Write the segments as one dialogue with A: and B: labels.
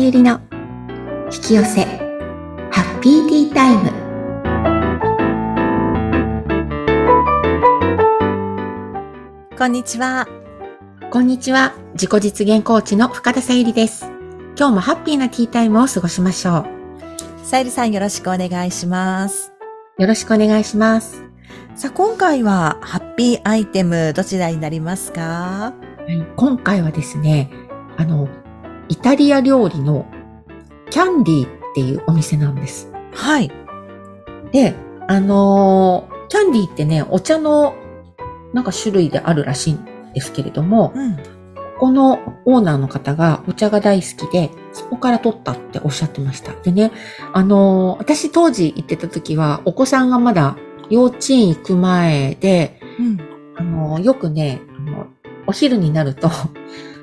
A: ゆりの引き寄せハッピーティータイム
B: こんにちは。
A: こんにちは自己実現コーチの深田さゆりです今日もハッピーなティータイムを過ごしましょ
B: さゆりさんよろしくお願いします。
A: うよろしくお願いします
B: さあ、今回はハッピーアイテムどちらになります
A: は
B: か
A: い今回はですねあのイタリア料理のキャンディーっていうお店なんです
B: はい。
A: で、あのーキャンディーってね、お茶のなんか種類であるらしいんですけれども、
B: うん。
A: ここのオーナーの方がお茶が大好きで、そこから取ったっておっしゃってました。でね、あのー私当時行ってた時は、お子さんがまだ幼稚園行く前で、
B: うん。
A: あのーよくね、あのお昼になると、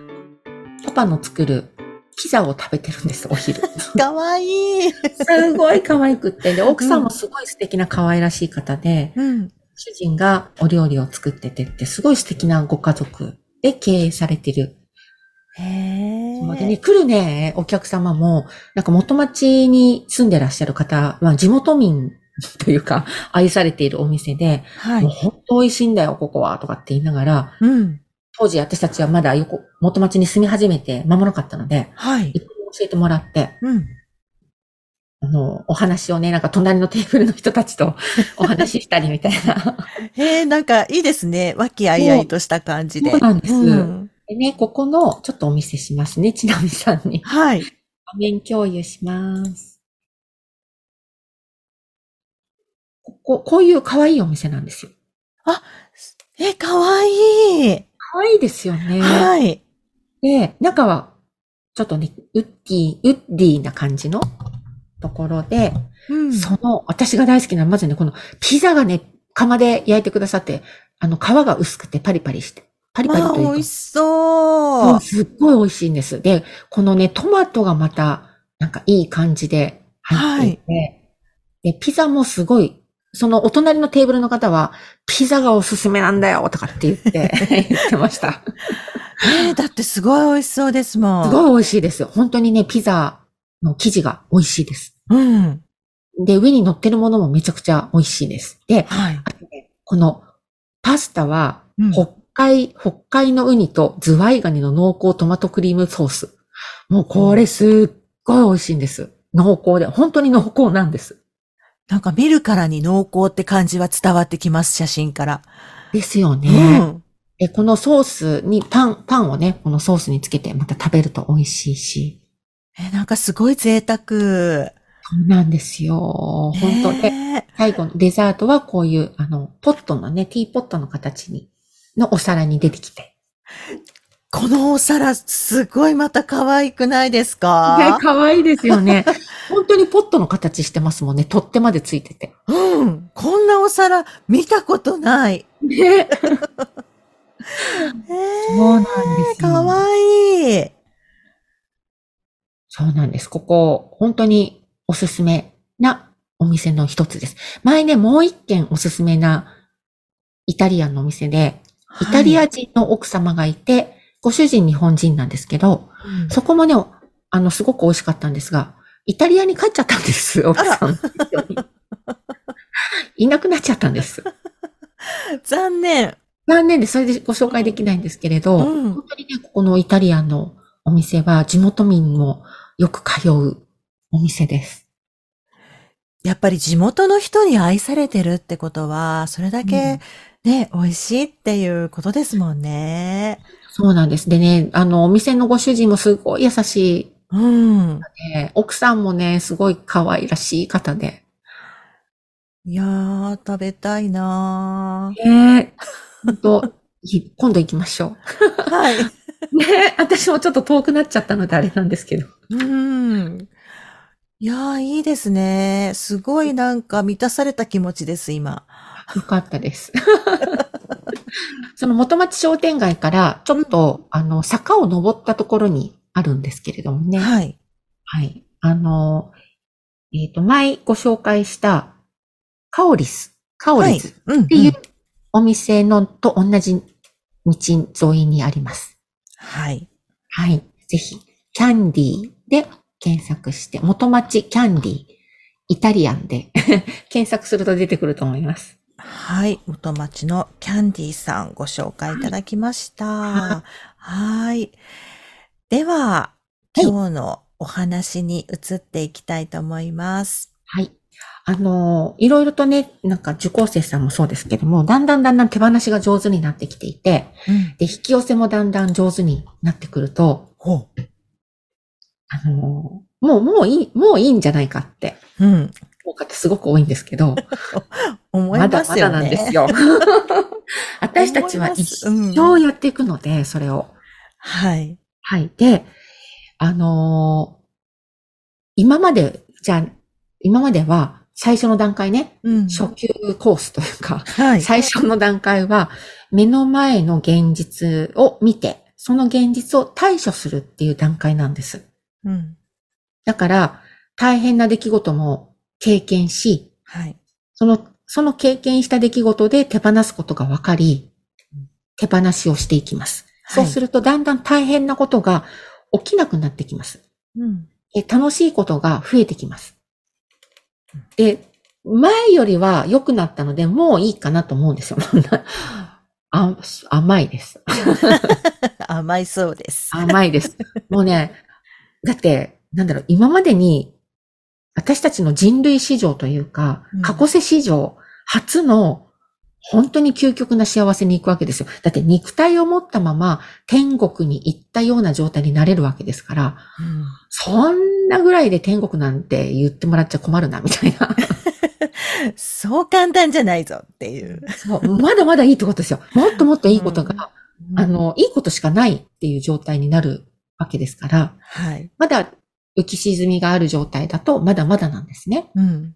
A: パパの作るピザを食べてるんです、お昼。
B: かわいい。
A: すごい可愛くって。で、奥さんもすごい素敵な可愛らしい方で、
B: うん。
A: 主人がお料理を作っててって、すごい素敵なご家族で経営されてる。
B: へえ。
A: でね、来るね、お客様も、なんか元町に住んでらっしゃる方、まあ地元民というか、 愛されているお店で、
B: は
A: もう
B: い。
A: 本当美味しいんだよ、ここは、とかって言いながら、
B: うん。
A: 当時私たちはまだ横、元町に住み始めて間もなかったので、
B: はい
A: い。ろいろ教えてもらって、
B: うん。
A: あの、お話をね、なんか隣のテーブルの人たち とお話ししたりみたいな。
B: へえ、なんかいいですね。和気あいあいとした感じで。
A: そうなんです
B: ん
A: でね、ここの、ちょっとお見せしますね、ちなみさんに。
B: はい。
A: 画面共有します。ここ、こういう可愛いお店なんですよ。
B: え、かわいい。
A: 可愛いですよね。
B: はい。
A: で、中は、ちょっとね、ウッディ、ウッディな感じのところで、
B: うん
A: その、私が大好きな、まずね、このピザがね、釜で焼いてくださって、あの、皮が薄くてパリパリして、パリパリ
B: あ
A: とい
B: ー、
A: う
B: 美
A: か
B: 味しそう
A: うん。すっごい美味しいんです。で、このね、トマトがまた、なんかいい感じで入っていて、で、ピザもすごい、そのお隣のテーブルの方は、ピザがおすすめなんだよとかって言って、言ってました。
B: えーだってすごい美味しそうですもん。
A: す
B: い。
A: ごい美味しいです。本当にね、ピザの生地が美味しいです。
B: うん。
A: で、上に乗ってるものもめちゃくちゃ美味しいです。で、
B: はい。
A: あとねこのパスタは、
B: うん
A: 北海、北海のウニとズワイガニの濃厚トマトクリームソース。もうこれすっごい美味しいんです。濃厚で、本当に濃厚なんです。
B: なんか見るからに濃厚って感じは伝わってきます、写真から。
A: ですよね。
B: うん。
A: えこのソースに、パン、パンをね、このソースにつけてまた食べると美味しいし。
B: え、なんかすごい贅沢。
A: そうなんですよ。本当で、
B: ね
A: 最後のデザートはこういう、あの、ポットのね、ティーポットの形に、のお皿に出てきて。
B: このお皿、すごいまた可愛くないです
A: ね
B: か、
A: 可愛いですよね。本当にポットの形してますもんね。取っ手までついてて。
B: うん。こんなお皿、見たことない。
A: ね。
B: え
A: そうなんで
B: ー、
A: すよ。
B: かわいい。
A: そうなんです。ここ、本当におすすめなお店の一つです。前ね、もう一軒おすすめなイタリアンのお店で、イタリ
B: は
A: ア
B: い、
A: 人の奥様がいて、ご主人日本人なんですけど、
B: うん
A: そこもね、あの、すごく美味しかったんですが、イタリアに帰っちゃったんです、奥さん と一緒に。いなくなっちゃったんです。
B: 残念。
A: 残念で、それでご紹介できないんですけれど、
B: うん
A: 本。当にね、ここのイタリアンのお店は地元民もよく通うお店です。
B: やっぱり地元の人に愛されてるってことは、それだけね、美味しいっていうことですもんね。
A: そうなんです。でね、あの、お店のご主人もすごい優し
B: うん。
A: い、ね、奥さんもね、すごい可愛らしい方で。
B: いやー、食べたいな
A: ええ本当い今度行きましょ
B: ー。はい。
A: う。ね私もちょっと遠くなっちゃったのであれなんですけど。
B: うん。いやー、いいですね。すごいなんか満たされた気持ちです、今。
A: よかったです。 その元町商店街から、ちょっと、あの、坂を登ったところにあるんですけれどもね。
B: はい。
A: はい。あの、えっ、と、前ご紹介した、カオリス、カオ
B: は
A: リ
B: い
A: スっ。
B: うん、うん
A: ていうお店のと同じ道沿いにあります。
B: はい。
A: はい。ぜひ、キャンディーで検索して、元町キャンディ、イタリアンで 検索すると出てくると思います。
B: はい。元町のキャンディさんご紹介いただきました。はい。では、今日のお話に移っていきたいと思います。
A: はい。あの、いろいろとね、なんか受講生さんもそうですけども、だんだんだんだん手放しが上手になってきていて、うん、で、引き寄せもだんだん上手になってくると、ほう。あの、もう、もういい、もういいんじゃないかって、うん。多かってすごく多いんですけど、
B: 思いますよね。まだまだなん
A: ですよ。私たちは一生やっていくので、うん、それを。
B: はい。
A: はい。で、あのー、今まで、じゃあ、今までは、最初の段階ね、うん、初級コースというか、はい、最初の段階は、目の前の現実を見て、その現実を対処するっていう段階なんです。うん、だから、大変な出来事も経験し、はい、その、その経験した出来事で手放すことが分かり、手放しをしていきます。はい、そうすると、だんだん大変なことが起きなくなってきます。うん、楽しいことが増えてきます。で、前よりは良くなったので、もういいかなと思うんですよ。 あ甘いです。
B: 甘いそうです。
A: 甘いです。 もうね、だって、なんだろう、今までに、私たちの人類史上というか、過去世史上、初の、本当に究極な幸せに行くわけですよ。だって肉体を持ったまま天国に行ったような状態になれるわけですから、うん、そんなぐらいで天国なんて言ってもらっちゃ困るな、みたい な。
B: そう簡単じゃないぞっていう。
A: そう、まだまだいいってことですよ。もっともっといいことが、うん 、あの、いいことしかないっていう状態になるわけですから、はい、まだ浮き沈みがある状態だと、まだまだなんですね。うん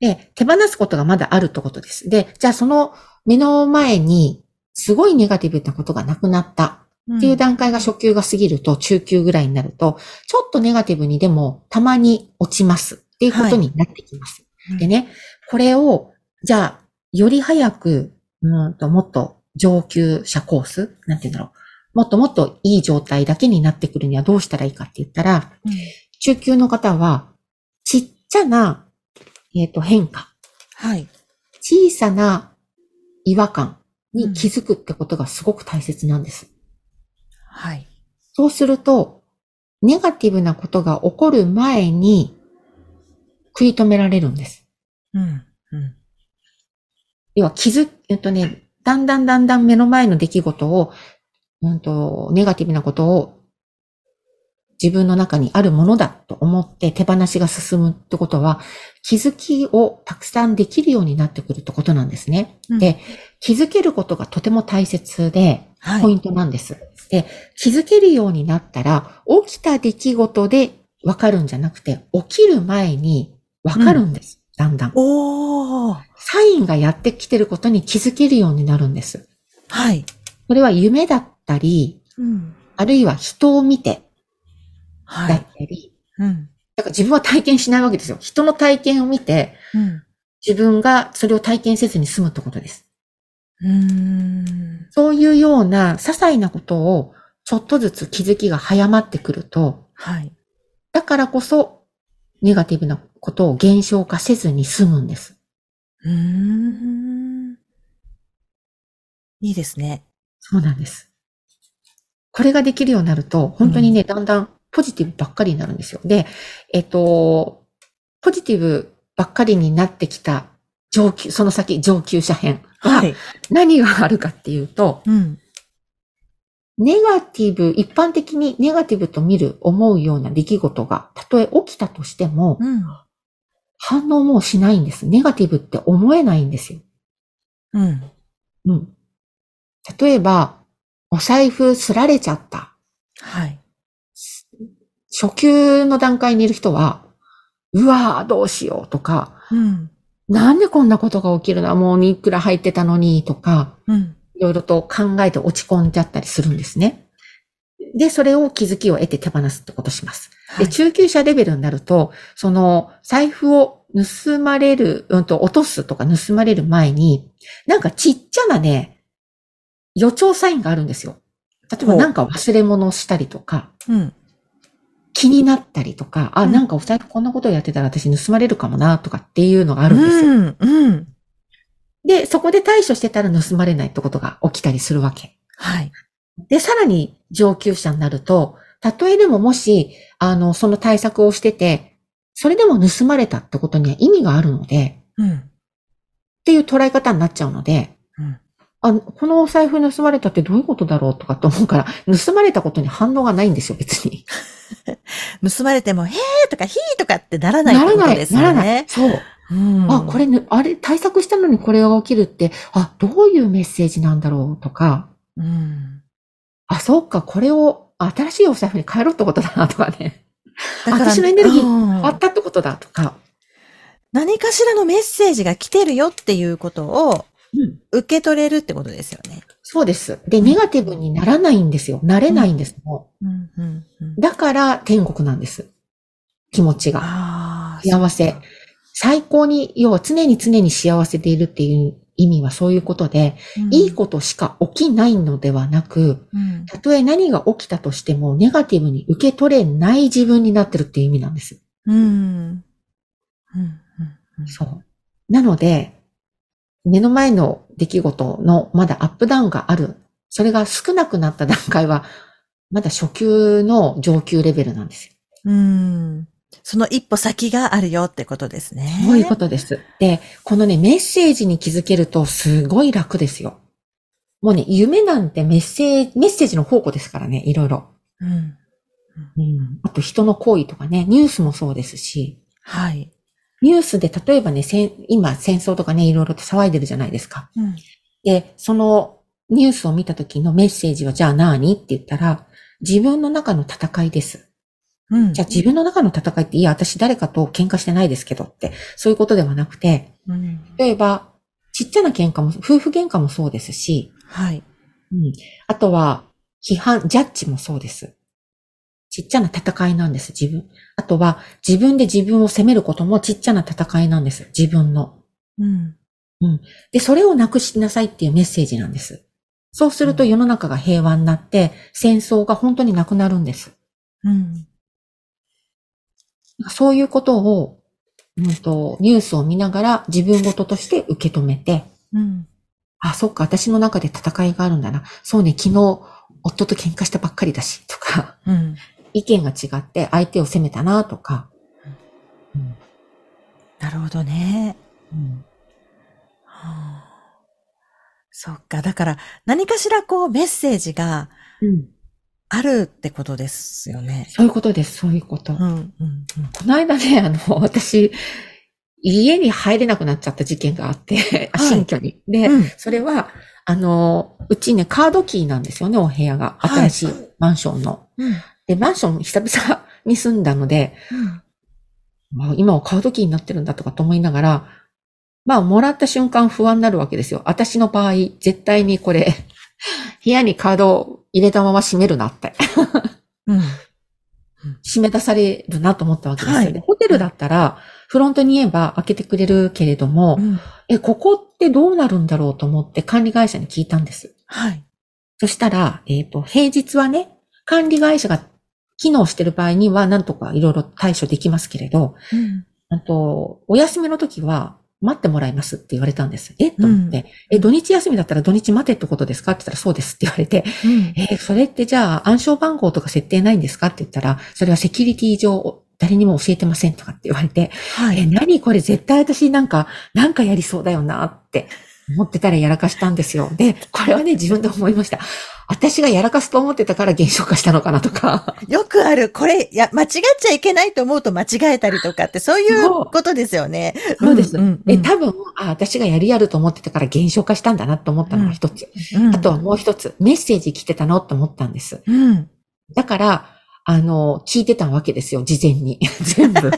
A: で、手放すことがまだあるってことです。で、じゃあその目の前にすごいネガティブなことがなくなったっていう段階が初級が過ぎると中級ぐらいになると、ちょっとネガティブにでもたまに落ちますっていうことになってきます。はい、でね、これを、じゃあ、より早く、うんともっと上級者コースなんて言うんだろう。もっともっといい状態だけになってくるにはどうしたらいいかって言ったら、うん、中級の方は、ちっちゃなえっ、ー、と、変化。
B: はい。
A: 小さな違和感に気づくってことがすごく大切なんです。うん、
B: はい。
A: そうすると、ネガティブなことが起こる前に食い止められるんです。
B: うん。うん。
A: 要は気づ、えっとね、だんだんだんだん目の前の出来事を、うんと、ネガティブなことを自分の中にあるものだと思って手放しが進むってことは、気づきをたくさんできるようになってくるってことなんですね。うん、で、気づけることがとても大切で、ポイントなんです、はい、で、気づけるようになったら、起きた出来事でわかるんじゃなくて、起きる前にわかるんです。うん、だんだん。
B: お
A: サインがやってきてることに気づけるようになるんです。
B: はい。
A: これは夢だったり、うん、あるいは人を見て、はい、だったり、うん。だから自分は体験しないわけですよ。人の体験を見て、うん、自分がそれを体験せずに済むってことです。
B: うん
A: そういうような些細なことをちょっとずつ気づきが早まってくると、
B: はい、
A: だからこそネガティブなことを減少化せずに済むんです。
B: うんいいですね。
A: そうなんです。これができるようになると、本当にね、うん、だんだんポジティブばっかりになるんですよ。で、えっ、と、ポジティブばっかりになってきた上級、その先上級者編は、何があるかっていうと、はいうん、ネガティブ、一般的にネガティブと見る、思うような出来事が、たとえ起きたとしても、うん、反応もしないんです。ネガティブって思えないんですよ。
B: うん。
A: うん。例えば、お財布すられちゃった。
B: はい。
A: 初級の段階にいる人は、うわーどうしようとか、うん、なんでこんなことが起きるな、もういくら入ってたのにとか、うん、いろいろと考えて落ち込んじゃったりするんですね。で、それを気づきを得て手放すってことします。はい、で、中級者レベルになると、その財布を盗まれる、うんと落とすとか盗まれる前に、なんかちっちゃなね、予兆サインがあるんですよ。例えばなんか忘れ物をしたりとか、
B: うん
A: 気になったりとか、あ、
B: うん
A: なんかお財布こんなことやってたら私盗まれるかもな、とかっていうのがあるんですよ。
B: うん、うん。
A: で、そこで対処してたら盗まれないってことが起きたりするわけ。
B: はい。
A: で、さらに上級者になると、たとえでももし、あの、その対策をしてて、それでも盗まれたってことには意味があるので、
B: うん。
A: っていう捉え方になっちゃうので、
B: うん
A: あこのお財布盗まれたってどういうことだろうとかと思うから、盗まれたことに反応がないんですよ、別に。
B: 盗まれても、へーとか、ひーとかってならない
A: な
B: っ
A: ら
B: てこ
A: な
B: とで
A: い、
B: す
A: なら
B: よ
A: ない
B: ね。。
A: そう。
B: うん。
A: あ、これね、あれ、対策したのにこれが起きるって、あ、どういうメッセージなんだろうとか、
B: うん。
A: あ、そうか、これを新しいお財布に変えろってことだなとかね。
B: だから
A: 私のエネルギー
B: うん
A: あったってことだとか。
B: 何かしらのメッセージが来てるよっていうことを
A: うん。
B: 受け取れるってことですよね。
A: そうです。で、ネガティブにならないんですよ。なれないんです。も
B: うん、うん、うん
A: う。だから天国なんです。気持ちが。
B: ああ。
A: 幸せ。最高に、要は常に常に幸せでいるっていう意味はそういうことで、
B: うん
A: いいことしか起きないのではなく、
B: うん
A: たとえ何が起きたとしても、ネガティブに受け取れない自分になってるっていう意味なんです。
B: うん。うん。うん
A: そう。なので、目の前の出来事のまだアップダウンがある。それが少なくなった段階は、まだ初級の上級レベルなんですよ。
B: うん。その一歩先があるよってことですね。
A: そういうことです。で、このね、メッセージに気づけるとすごい楽ですよ。もうね、夢なんてメッセージ、メッセージの宝庫ですからね、いろいろ。
B: うん。
A: うん。あと人の行為とかね、ニュースもそうですし、
B: はい。
A: ニュースで例えばね、せん今戦争とかね、いろいろと騒いでるじゃないですか。
B: うん。
A: で、そのニュースを見た時のメッセージはじゃあ何って言ったら、自分の中の戦いです。
B: うん。
A: じゃあ自分の中の戦いって、いや、私誰かと喧嘩してないですけどって、そういうことではなくて、
B: うん。
A: 例えば、ちっちゃな喧嘩も、夫婦喧嘩もそうですし、
B: はい。
A: うん。あとは、批判、ジャッジもそうです。ちっちゃな戦いなんです、自分。あとは、自分で自分を責めることもちっちゃな戦いなんです、自分の。
B: うん。
A: で、それをなくしなさいっていうメッセージなんです。そうすると世の中が平和になって、戦争が本当になくなるんです。
B: うん。
A: そういうことを、うんと、ニュースを見ながら自分事として受け止めて、
B: うん。
A: あ、そっか、私の中で戦いがあるんだな。そうね、昨日、夫と喧嘩したばっかりだし、とか、
B: うん。
A: 意見が違って相手を責めたな、とか、
B: なるほどね。
A: うん
B: はあそっか。だから、何かしらこう、メッセージがあるってことですよね。
A: そういうことです、そういうこと。
B: うん、うん、うん。
A: この間ね、あの、私、家に入れなくなっちゃった事件があって、
B: はい
A: 新居に。で、
B: うん
A: それは、あの、うちね、カードキーなんですよね、お部屋が。
B: はい
A: 新しいマンションの。
B: うん。
A: で、マンション久々に住んだので、まあ今はカードキーになってるんだとかと思いながら、まあ、もらった瞬間不安になるわけですよ。私の場合、絶対にこれ、 部屋にカードを入れたまま閉めるなって。
B: うん。
A: 締め出されるなと思ったわけですよ、ね
B: はい
A: ホテルだったら、フロントに言えば開けてくれるけれども、
B: うん。
A: え、ここってどうなるんだろうと思って管理会社に聞いたんです。
B: はい。
A: そしたら、えっ、と、平日はね、管理会社が機能してる場合には、なんとかいろいろ対処できますけれど、
B: うん。
A: あと、お休みの時は、待ってもらいますって言われたんです。えと思って、え、土日休みだったら土日待てってことですかって言ったらそうですって言われて、
B: うん。
A: えーそれってじゃあ暗証番号とか設定ないんですかって言ったら、それはセキュリティ上、誰にも教えてませんとかって言われて、
B: は
A: え、
B: い。
A: 何これ絶対私なんか、なんかやりそうだよなって思ってたらやらかしたんですよ。で、これはね、自分で思いました。私がやらかすと思ってたから減少化したのかなとか。
B: よくある、これ、いや、間違っちゃいけないと思うと間違えたりとかって、そういうことですよね。
A: そうです。
B: んん
A: で、多分、あ、私がやりやると思ってたから減少化したんだなと思ったのが一つ。
B: うん
A: あとはもう一つ、メッセージ来てたのと思ったんです。
B: うん。
A: だから、あの、聞いてたわけですよ、事前 に。全部。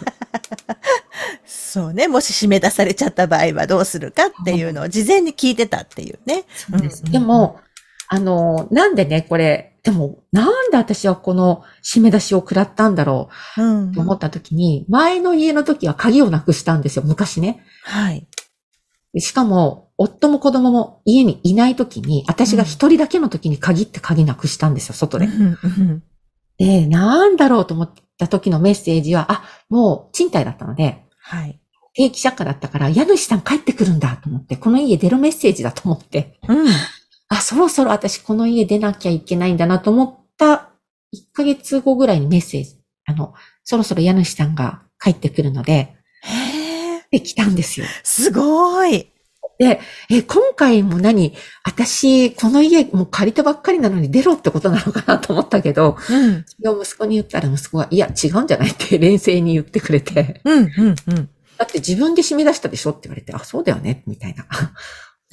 B: そうね。もし締め出されちゃった場合はどうするかっていうのを事前に聞いてたっていうね。
A: そうです。
B: うん
A: でも、あの、なんでね、これ、でも、なんで私はこの締め出しを食らったんだろ
B: うん
A: うと思った時に、前の家の時は鍵をなくしたんですよ、昔ね。
B: はい。
A: でしかも、夫も子供も家にいない時に、私が一人だけの時に限って鍵なくしたんですよ、外で。
B: うんうん
A: で、なんだろうと思った時のメッセージは、あ、もう賃貸だったので、
B: はい。
A: 定期借家だったから、家主さん帰ってくるんだと思って、この家出るメッセージだと思って、
B: うん。
A: あ、そろそろ私この家出なきゃいけないんだなと思った1ヶ月後ぐらいにメッセージ、あの、そろそろ家主さんが帰ってくるので、
B: へえ、
A: で、来たんですよ。
B: すごい。
A: え、今回も何私、この家もう借りたばっかりなのに出ろってことなのかなと思ったけど、
B: うん。
A: それを息子に言ったら息子が、いや、違うんじゃないって 冷静に言ってくれて、
B: うん、うん、うん。
A: だって自分で締め出したでしょって言われて、あ、そうだよねみたいな。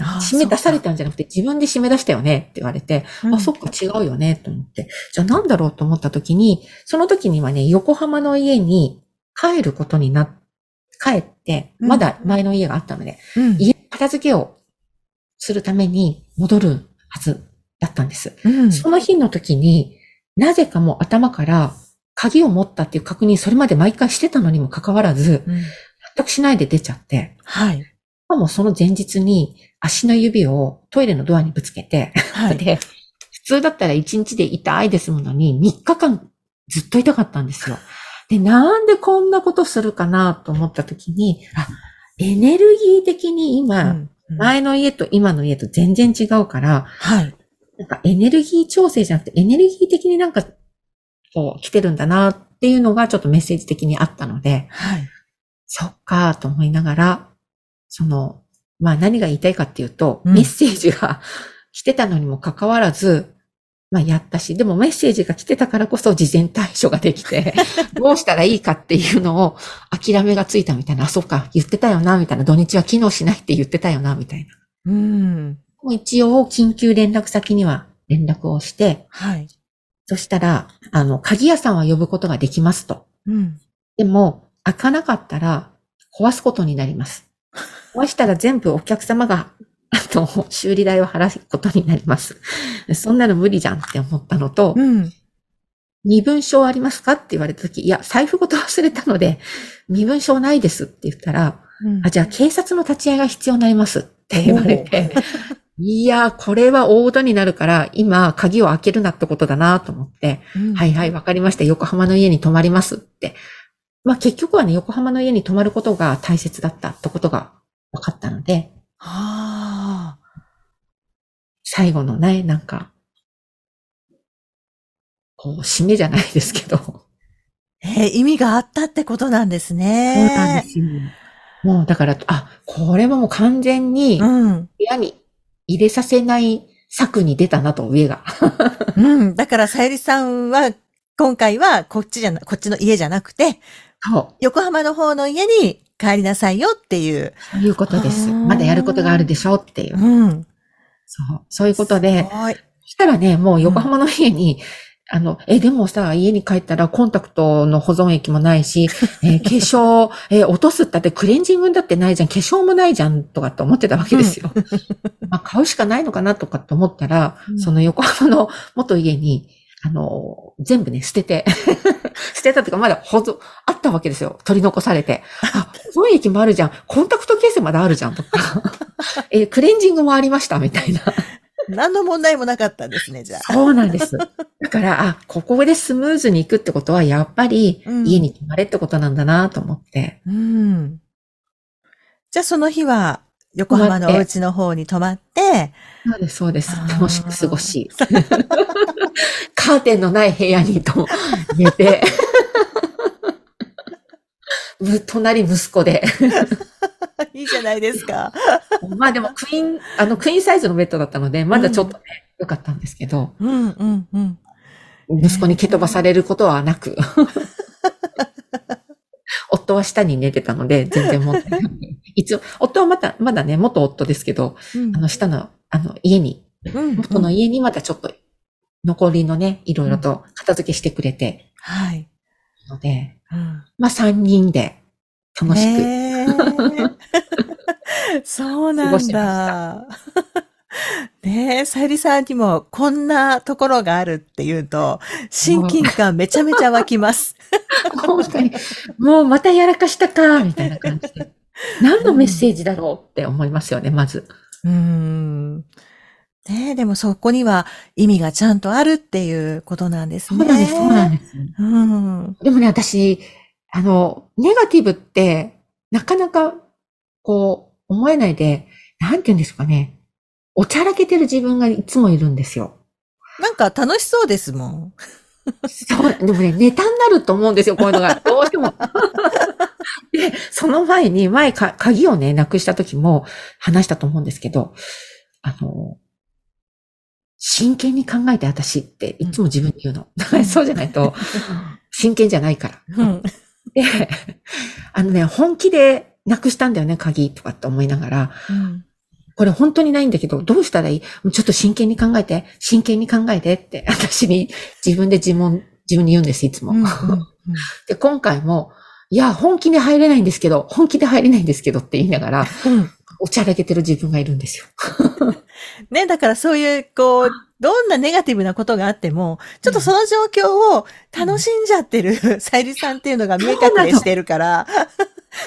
B: あー
A: 締め出されたんじゃなくて、自分で締め出したよねって言われて、
B: そうかうん
A: あ、そっか、違うよねと思って。じゃあなんだろうと思った時に、その時にはね、横浜の家に帰ることになっ、帰って、
B: うん
A: まだ前の家があったので、
B: うん。
A: 家の片付けをするために戻るはずだったんです。
B: うん。
A: その日の時に、なぜかもう頭から鍵を持ったっていう確認、それまで毎回してたのにもかかわらず、
B: うん
A: 納得しないで出ちゃって、
B: はい。
A: しかもその前日に足の指をトイレのドアにぶつけて、
B: はい。
A: で、普通だったら1日で痛いですものに3日間ずっと痛かったんですよ。で、なんでこんなことするかなと思った時に、あ、エネルギー的に
B: う
A: 今、
B: んうん
A: 前の家と今の家と全然違うから、
B: はい。
A: なんかエネルギー調整じゃなくてエネルギー的になんか、こう来てるんだなっていうのがちょっとメッセージ的にあったので、
B: はい。
A: そっかと思いながら、その、まあ何が言いたいかっていうと、
B: うん
A: メッセージが 来てたのにもかかわらず、まあやったし、でもメッセージが来てたからこそ事前対処ができ て、どうしたらいいかっていうのを諦めがついたみたいな、あ、そっか、言ってたよな、みたいな、土日は機能しないって言ってたよな、みたいな。
B: うん。
A: もう一応緊急連絡先には連絡をして、
B: はい。
A: そしたら、あの、鍵屋さんは呼ぶことができますと。
B: うん。
A: でも、開かなかったら壊すことになります。壊したら全部お客様が、 あと、修理代を払うことになります。そんなの無理じゃんって思ったのと、
B: うん。
A: 身分証ありますかって言われた時、いや、財布ごと忘れたので、身分証ないですって言ったら、
B: うん
A: あ、じゃあ警察の立ち会いが必要になりますって言われて、いやー、これは大事になるから、今、鍵を開けるなってことだなと思って、
B: うん
A: はいはい、わかりました。横浜の家に泊まりますって。まあ結局はね、横浜の家に泊まることが大切だったってことが分かったので、
B: ああ。
A: 最後のね、なんか、こう、締めじゃないですけど。そ
B: えー意味があったってことなんですね。
A: うなんですよ。もうだから、あ、これはもう完全に部
B: うん。
A: 屋に入れさせない策に出たなと、上が。
B: うん。だから、さゆりさんは、今回は、こっちじゃな、こっちの家じゃなくて、
A: そう。
B: 横浜の方の家に帰りなさいよっていう。
A: そういうことです。
B: あー
A: まだやることがあるでしょっていう。
B: うん。
A: そう。そういう
B: と
A: ことで、したらね、もう横浜の家に、あの、え、でもさ、家に帰ったらコンタクトの保存液もない し、えー化粧、えー落とすったってクレンジングだってないじゃん、化粧もないじゃん、とかって思ってたわけですよ。 まあ、買うしかないのかなとかって思ったら、
B: うん
A: その横浜の元家に、あの、全部ね、捨てて、 捨てたというか、まだ保存、あったわけですよ。取り残されて。 あ、保存液もあるじゃん、コンタクトケースまだあるじゃん、とか、 えークレンジングもありました、みたいな。
B: 何の問題もなかったんですね、じゃあ。
A: そうなんです。だから、あ、ここでスムーズに行くってことは、やっぱり
B: うん
A: 家に泊まれってことなんだなと思って。
B: うん。じゃあ、その日は、横浜のお家の方に泊まって、
A: そうです、そうです
B: あ。ー
A: 楽しく過ご し。カーテンのない部屋にと寝て。む隣息子で。
B: いいじゃないですか。
A: まあでもクイーン、あのクイーンサイズのベッドだったので、まだちょっとね、良かったんですけど、
B: うん、うん、うん。
A: 息子に蹴飛ばされることはなく。夫は下に寝てたので、全然問題なく。一応、夫はまた、まだね、元夫ですけど、
B: うん
A: あの、下の、あの、家に、
B: うん
A: 元の家にまたちょっと、残りのね、いろいろと片付けしてくれて
B: はい。
A: るので、
B: うん
A: まあ、三人で、楽しく。
B: へーそうな
A: 過ご
B: ん
A: して
B: だ。ねえ、さゆりさんにもこんなところがあるっていうと、親近感めちゃめちゃ湧きます。
A: 本当に、もうまたやらかしたか、みたいな感じで。何のメッセージだろうって思いますよね、まず。
B: うーん。ねえ、でもそこには意味がちゃんとあるっていうことなんです
A: そ
B: ね。
A: うなんです、そうなん
B: で
A: です。
B: す。うん。
A: でもね、私、あの、ネガティブって、なかなか、こう、思えないで、なんて言うんですかね。おちゃらけてる自分がいつもいるんですよ。
B: なんか楽しそうですも ん。
A: そう、でもね、ネタになると思うんですよ、こういうのが。どうしても。 で、その前に、前か、鍵をね、なくした時も話したと思うんですけど、あの、真剣に考えて私っていつも自分に言うの。だからそうじゃないと、真剣じゃないから。
B: うん。
A: で、あのね、本気でなくしたんだよね、鍵とかって思いながら、
B: うん
A: これ本当にないんだけど、どうしたらいいもうちょっと真剣に考えて、真剣に考えてって、私に自分で自問、自分に言うんです、いつも。
B: うんうん
A: で、今回も、いや、本気で入れないんですけど、本気で入れないんですけどって言いながら、
B: うん
A: おちゃらけてる自分がいるんですよ。
B: ね、だからそういう、こう、どんなネガティブなことがあっても、ちょっとその状況を楽しんじゃってる、 さゆりさんっていうのが見え隠れしてるから、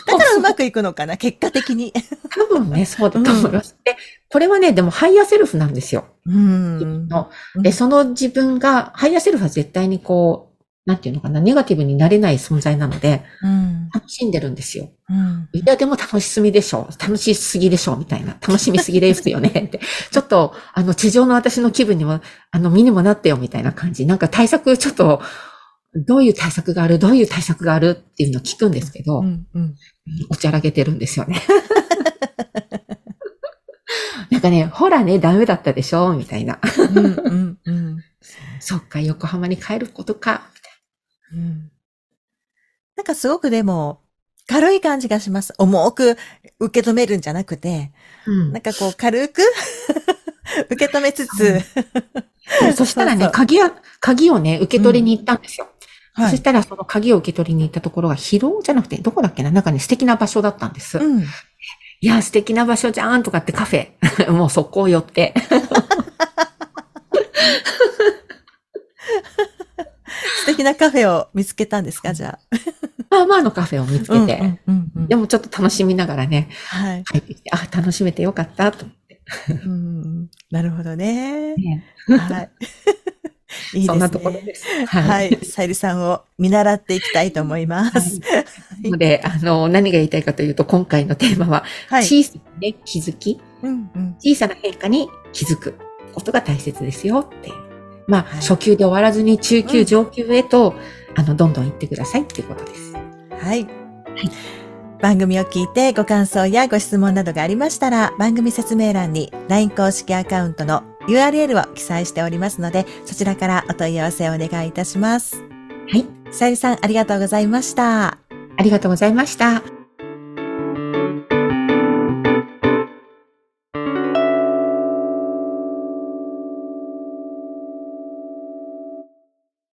B: だからうまくいくのかな、結果的に。
A: 多分ね、そうだと思います。で、これはね、でもハイヤーセルフなんですよ。
B: うん。
A: ので、その自分が、ハイヤーセルフは絶対にこう、なんていうのかな、ネガティブになれない存在なので、
B: うん。
A: 楽しんでるんですよ。
B: うん。
A: いや、でも楽しすぎでしょ。楽しすぎでしょ、みたいな。楽しみすぎですよね。って。ちょっと、あの、地上の私の気分にも、あの、身にもなってよ、みたいな感じ。なんか対策、ちょっと、どういう対策があるどういう対策があるっていうのを聞くんですけど、
B: うん。うん。
A: おちゃらけてるんですよね。 なんかね、ほらね、ダメだったでしょみたいな。
B: うん。うん。
A: そっか、横浜に帰ることか。
B: うんなんかすごくでも、軽い感じがします。重く受け止めるんじゃなくて、
A: うん
B: なんかこう軽く 受け止めつつ、
A: そうそしたら
B: そ
A: ね
B: う、そう
A: 鍵や、鍵をね、受け取りに行ったんですよ。
B: は
A: そし
B: い。
A: たら、その鍵を受け取りに行ったところが疲労じゃなくて、どこだっけななんかね、素敵な場所だったんです。い
B: うん。
A: や、素敵な場所じゃんとかってカフェ。 もう速攻寄って。
B: 素敵なカフェを見つけたんですか、じゃあ。
A: まあまあのカフェを見つけて。
B: うんうんうんうん
A: でもちょっと楽しみながらね、
B: はい。
A: 帰ってきて、あ、楽しめてよかったと思って。
B: うんなるほ どね。
A: ね
B: はい。いいですね。
A: そんなところです。
B: は
A: はい。
B: い。さゆりさんを見習っていきたいと思います。
A: なので、あの、何が言いたいかというと、今回のテーマは、
B: はい。
A: 小さな、ね、気づき、
B: うんうん
A: 小さな変化に気づくことが大切ですよっていう。まあ、
B: はい
A: 初級で終わらずに中
B: う
A: 級、
B: ん
A: 上級へと、あの、どんどん行ってくださいっていうことです。
B: はい。番組を聞いてご感想やご質問などがありましたら、番組説明欄に LINE 公式アカウントの URL を記載しておりますので、そちらからお問い合わせをお願いいたします。
A: はい。
B: さゆりさん、ありがとうございました。
A: ありがとうございました。